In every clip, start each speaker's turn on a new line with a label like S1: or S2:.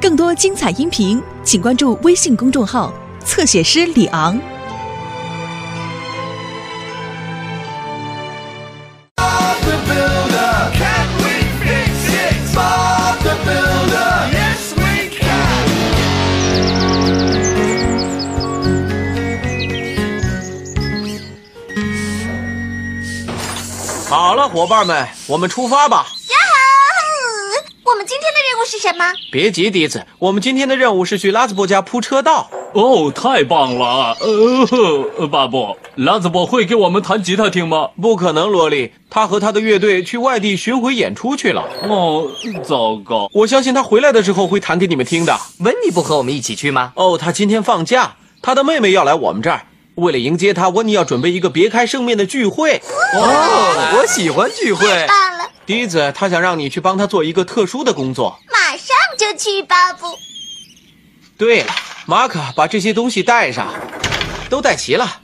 S1: 更多精彩音频，请关注微信公众号“侧写师李昂”。
S2: Bob the Builder. Can we fix it? Bob the Builder. Yes, we can.
S3: 好了，伙伴们，我们出发吧！
S4: 呀！嗯我们今天的任务是什么？
S3: 别急，笛子，我们今天的任务是去拉兹伯家铺车道。
S5: 哦，太棒了！呃，呵呃巴布，拉兹伯会给我们弹吉他听吗？
S3: 不可能，萝莉，他和他的乐队去外地巡回演出去了。
S5: 哦，糟糕！
S3: 我相信他回来的时候会弹给你们听的。
S6: 温妮不和我们一起去吗？
S3: 哦，他今天放假，他的妹妹要来我们这儿。为了迎接他，温妮要准备一个别开生面的聚会。
S6: 哦，我喜欢聚会。
S4: 罢了，
S3: 笛子，他想让你去帮他做一个特殊的工作。
S4: 马上就去巴布。
S3: 对了，马可，把这些东西带上，都带齐了。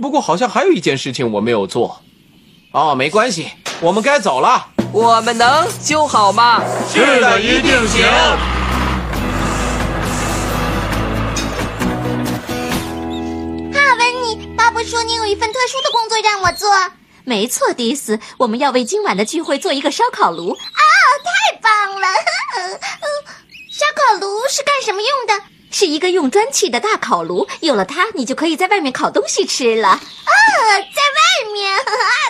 S3: 不过好像还有一件事情我没有做。哦，没关系，我们该走了。
S6: 我们能修好吗？
S5: 是的，一定行。
S4: 哈，温妮，巴布说你有一份特殊的工作让我做。
S7: 没错，迪斯，我们要为今晚的聚会做一个烧烤炉。
S4: 啊太棒了！ 烧烤炉是干什么用的？
S7: 是一个用砖砌的大烤炉，有了它，你就可以在外面烤东西吃了。
S4: 呃，在外面， 啊，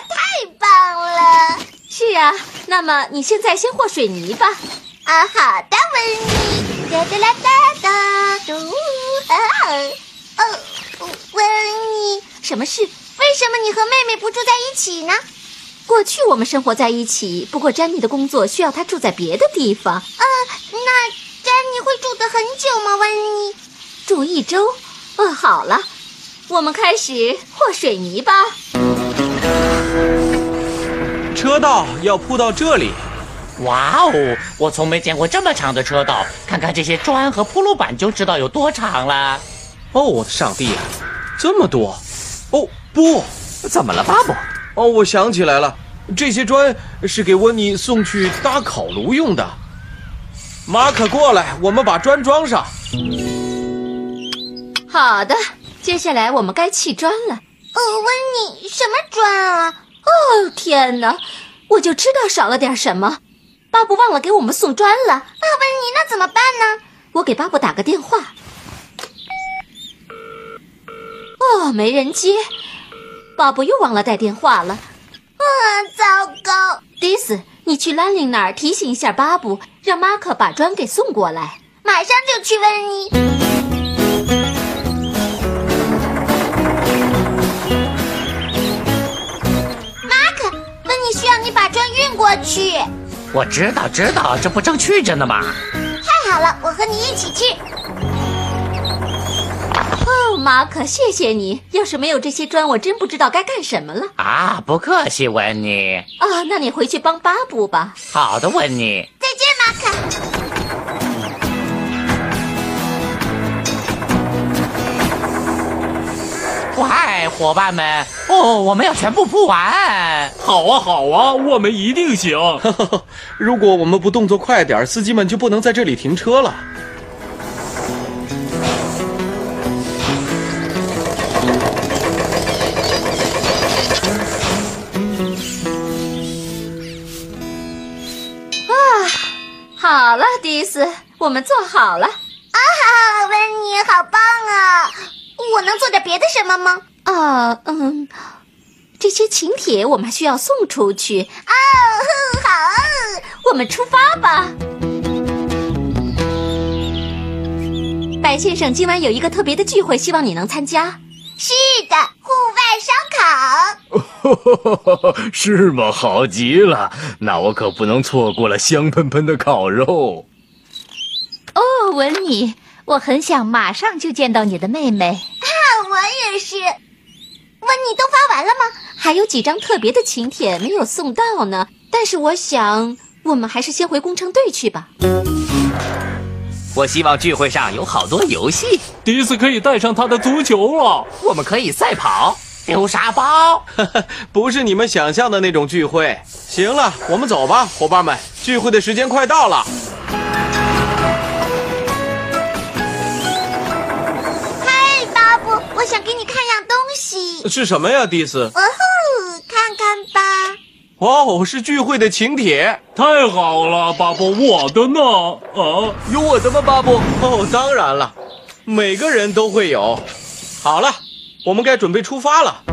S4: 太棒了！
S7: 是啊，那么你现在先和水泥吧。
S4: 啊，好的，温妮。哒哒啦哒哒嘟啊，哦，温妮，
S7: 什么事？
S4: 为什么你和妹妹不住在一起呢？
S7: 过去我们生活在一起，不过詹妮的工作需要她住在别的地方，
S4: 呃，那詹妮会住得很久吗？温妮，
S7: 住一周。哦，好了，我们开始和水泥吧。
S3: 车道要铺到这里，
S8: 哇哦，我从没见过这么长的车道，看看这些砖和铺路板就知道有多长了。
S3: 哦，我的上帝啊，这么多！哦不，
S6: 怎么了，巴布？
S3: 哦，我想起来了，这些砖是给温妮送去搭烤炉用的。马可过来，我们把砖装上。
S7: 好的，接下来我们该砌砖了。
S4: 呃，温妮，什么砖啊？
S7: 哦，天哪，我就知道少了点什么。巴布忘了给我们送砖了，
S4: 啊，温妮，那怎么办呢？
S7: 我给巴布打个电话。哦，没人接，巴布又忘了带电话了。
S4: 啊，糟糕！
S7: 迪斯，你去兰陵那儿提醒一下巴布，让马可把砖给送过来。
S4: 马上就去温妮。马可，温妮需要你把砖运过去。
S8: 我知道，知道，这不正去着呢吗？
S4: 太好了，我和你一起去。
S7: 哦，马可，谢谢你。要是没有这些砖，我真不知道该干什么了。
S8: 啊，不客气，温妮。
S7: 啊、那你回去帮巴布吧。
S8: 好的，温妮。
S4: 再见，马可。
S8: 快，伙伴们，哦，我们要全部铺完。
S5: 好啊，好啊，我们一定行。
S3: 如果我们不动作快点儿，司机们就不能在这里停车了。
S7: 好了，迪斯，我们做好了。
S4: 啊，温妮，好棒啊！我能做点别的什么吗？
S7: 啊、嗯，这些请帖我们还需要送出去。
S4: 哦，好。啊
S7: 我们出发吧。白先生，今晚有一个特别的聚会，希望你能参加。
S4: 是的，户外烧烤。
S9: 是吗？好极了，那我可不能错过了香喷喷的烤肉。
S7: 哦，文妮，我很想马上就见到你的妹妹。
S4: 啊，我也是。温妮都发完了吗？
S7: 还有几张特别的请帖没有送到呢，但是我想，我们还是先回工程队去吧。
S6: 我希望聚会上有好多游戏，
S5: 迪斯可以带上他的足球了。
S6: 我们可以赛跑。
S8: 丢沙包，
S3: 不是你们想象的那种聚会。行了，我们走吧，伙伴们，聚会的时间快到了。
S4: 嗨，哎巴布，我想给你看样东西。
S3: 是什么呀，迪斯？
S4: 哦吼，看看吧。
S3: 哦，是聚会的请帖。
S5: 太好了，巴布，我的呢？啊，
S3: 有我的吗，巴布？哦，当然了，每个人都会有。好了，我们该准备出发了。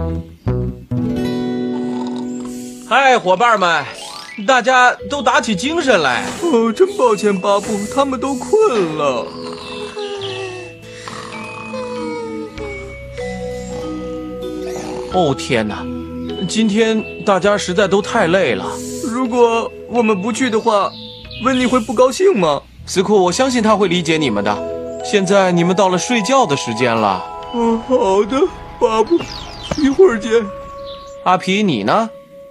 S3: 嗨，伙伴们，大家都打起精神来。
S9: 哦，真抱歉，巴布，他们都困了。
S3: 哦，天哪，今天大家实在都太累了。
S9: 如果我们不去的话，温妮会不高兴吗？
S3: 斯库，我相信他会理解你们的。现在你们到了睡觉的时间了。
S9: 哦，好的，巴布，一会儿见。
S3: 阿皮，你呢？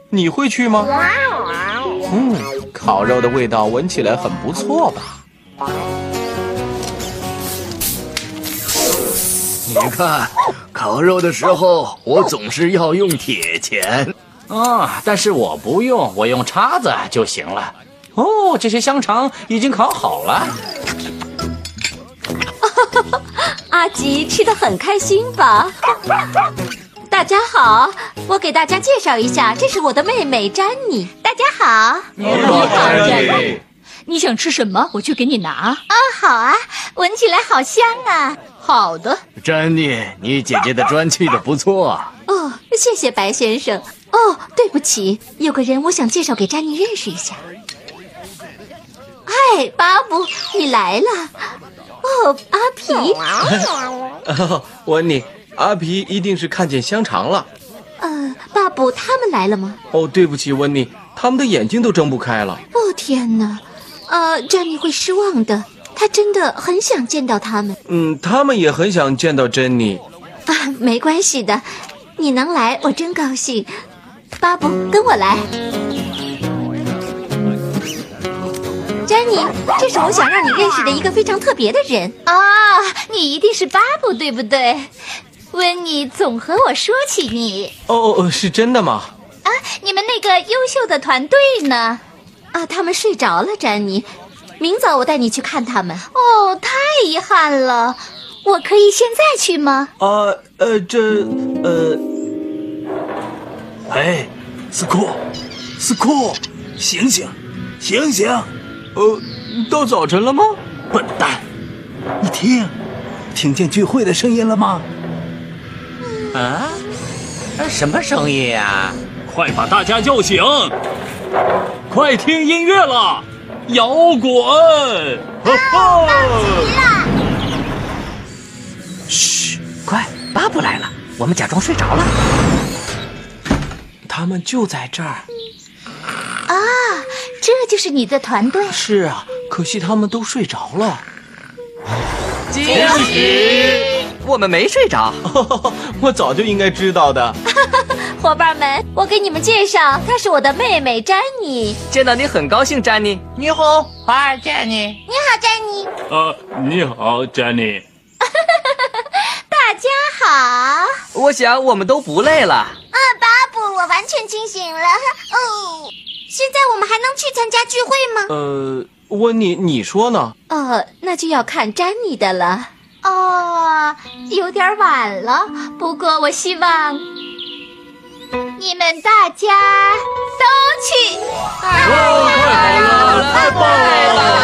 S3: 你会去吗？嗯，烤肉的味道闻起来很不错吧？
S9: 你看，烤肉的时候我总是要用铁钳。
S6: 哦，但是我不用，我用叉子就行了。哦，这些香肠已经烤好了。
S7: 阿吉吃的很开心吧？大家好，我给大家介绍一下，这是我的妹妹詹妮。大家好，你好，詹
S9: 哎
S7: 妮。你想吃什么？我去给你拿。
S4: 哦，好啊，闻起来好香啊。
S7: 好的。
S9: 詹妮，你姐姐的砖砌的不错啊。
S7: 哦，谢谢白先生。哦，对不起，有个人我想介绍给詹妮认识一下。嗨，巴布，你来了。哦，阿皮，
S3: 温妮，阿皮一定是看见香肠了。
S7: 呃，巴布他们来了吗？
S3: 哦，对不起，温妮，他们的眼睛都睁不开了。
S7: 哦天哪，呃，詹妮会失望的。她真的很想见到他们
S3: 嗯，他们也很想见到珍妮。
S7: 啊， 没关系的，你能来我真高兴。巴布，跟我来。詹妮，这是我想让你认识的一个非常特别的人。
S4: 哦，你一定是巴布对不对？温妮总和我说起你
S3: 哦哦哦，是真的吗？
S4: 啊，你们那个优秀的团队呢？
S7: 啊，他们睡着了，詹妮。明早我带你去看他们。
S4: 哦，太遗憾了，我可以现在去吗？
S3: 啊呃，这呃，
S9: 哎，斯库，斯库，醒醒，醒醒！呃，到早晨了吗？笨蛋，你听，听见聚会的声音了吗？
S8: 啊，呃什么声音呀、
S5: 快把大家叫醒！快听音乐了，摇滚！哈哈。
S8: 快，巴布来了，我们假装睡着了。
S3: 他们就在这儿。
S4: 这就是你的团队。
S3: 是啊，可惜他们都睡着了。
S6: 我们没睡着。
S3: 我早就应该知道的。
S7: 伙伴们，我给你们介绍，她是我的妹妹詹妮。
S6: 见到你很高兴，詹妮。
S8: 你好，嗨，见你。
S4: 你好，詹妮。
S5: 呃，你好，詹妮。
S4: 大家好。啊，
S6: 我想我们都不累了。
S4: 巴布，我完全清醒了。哦，现在我们还能去参加聚会吗？
S3: 呃，温妮，你说呢？
S7: 哦，那就要看詹妮的了。
S4: 哦，有点晚了，不过我希望你们
S5: 哦
S4: 哦大家都去。太棒了！太棒了！
S7: 哦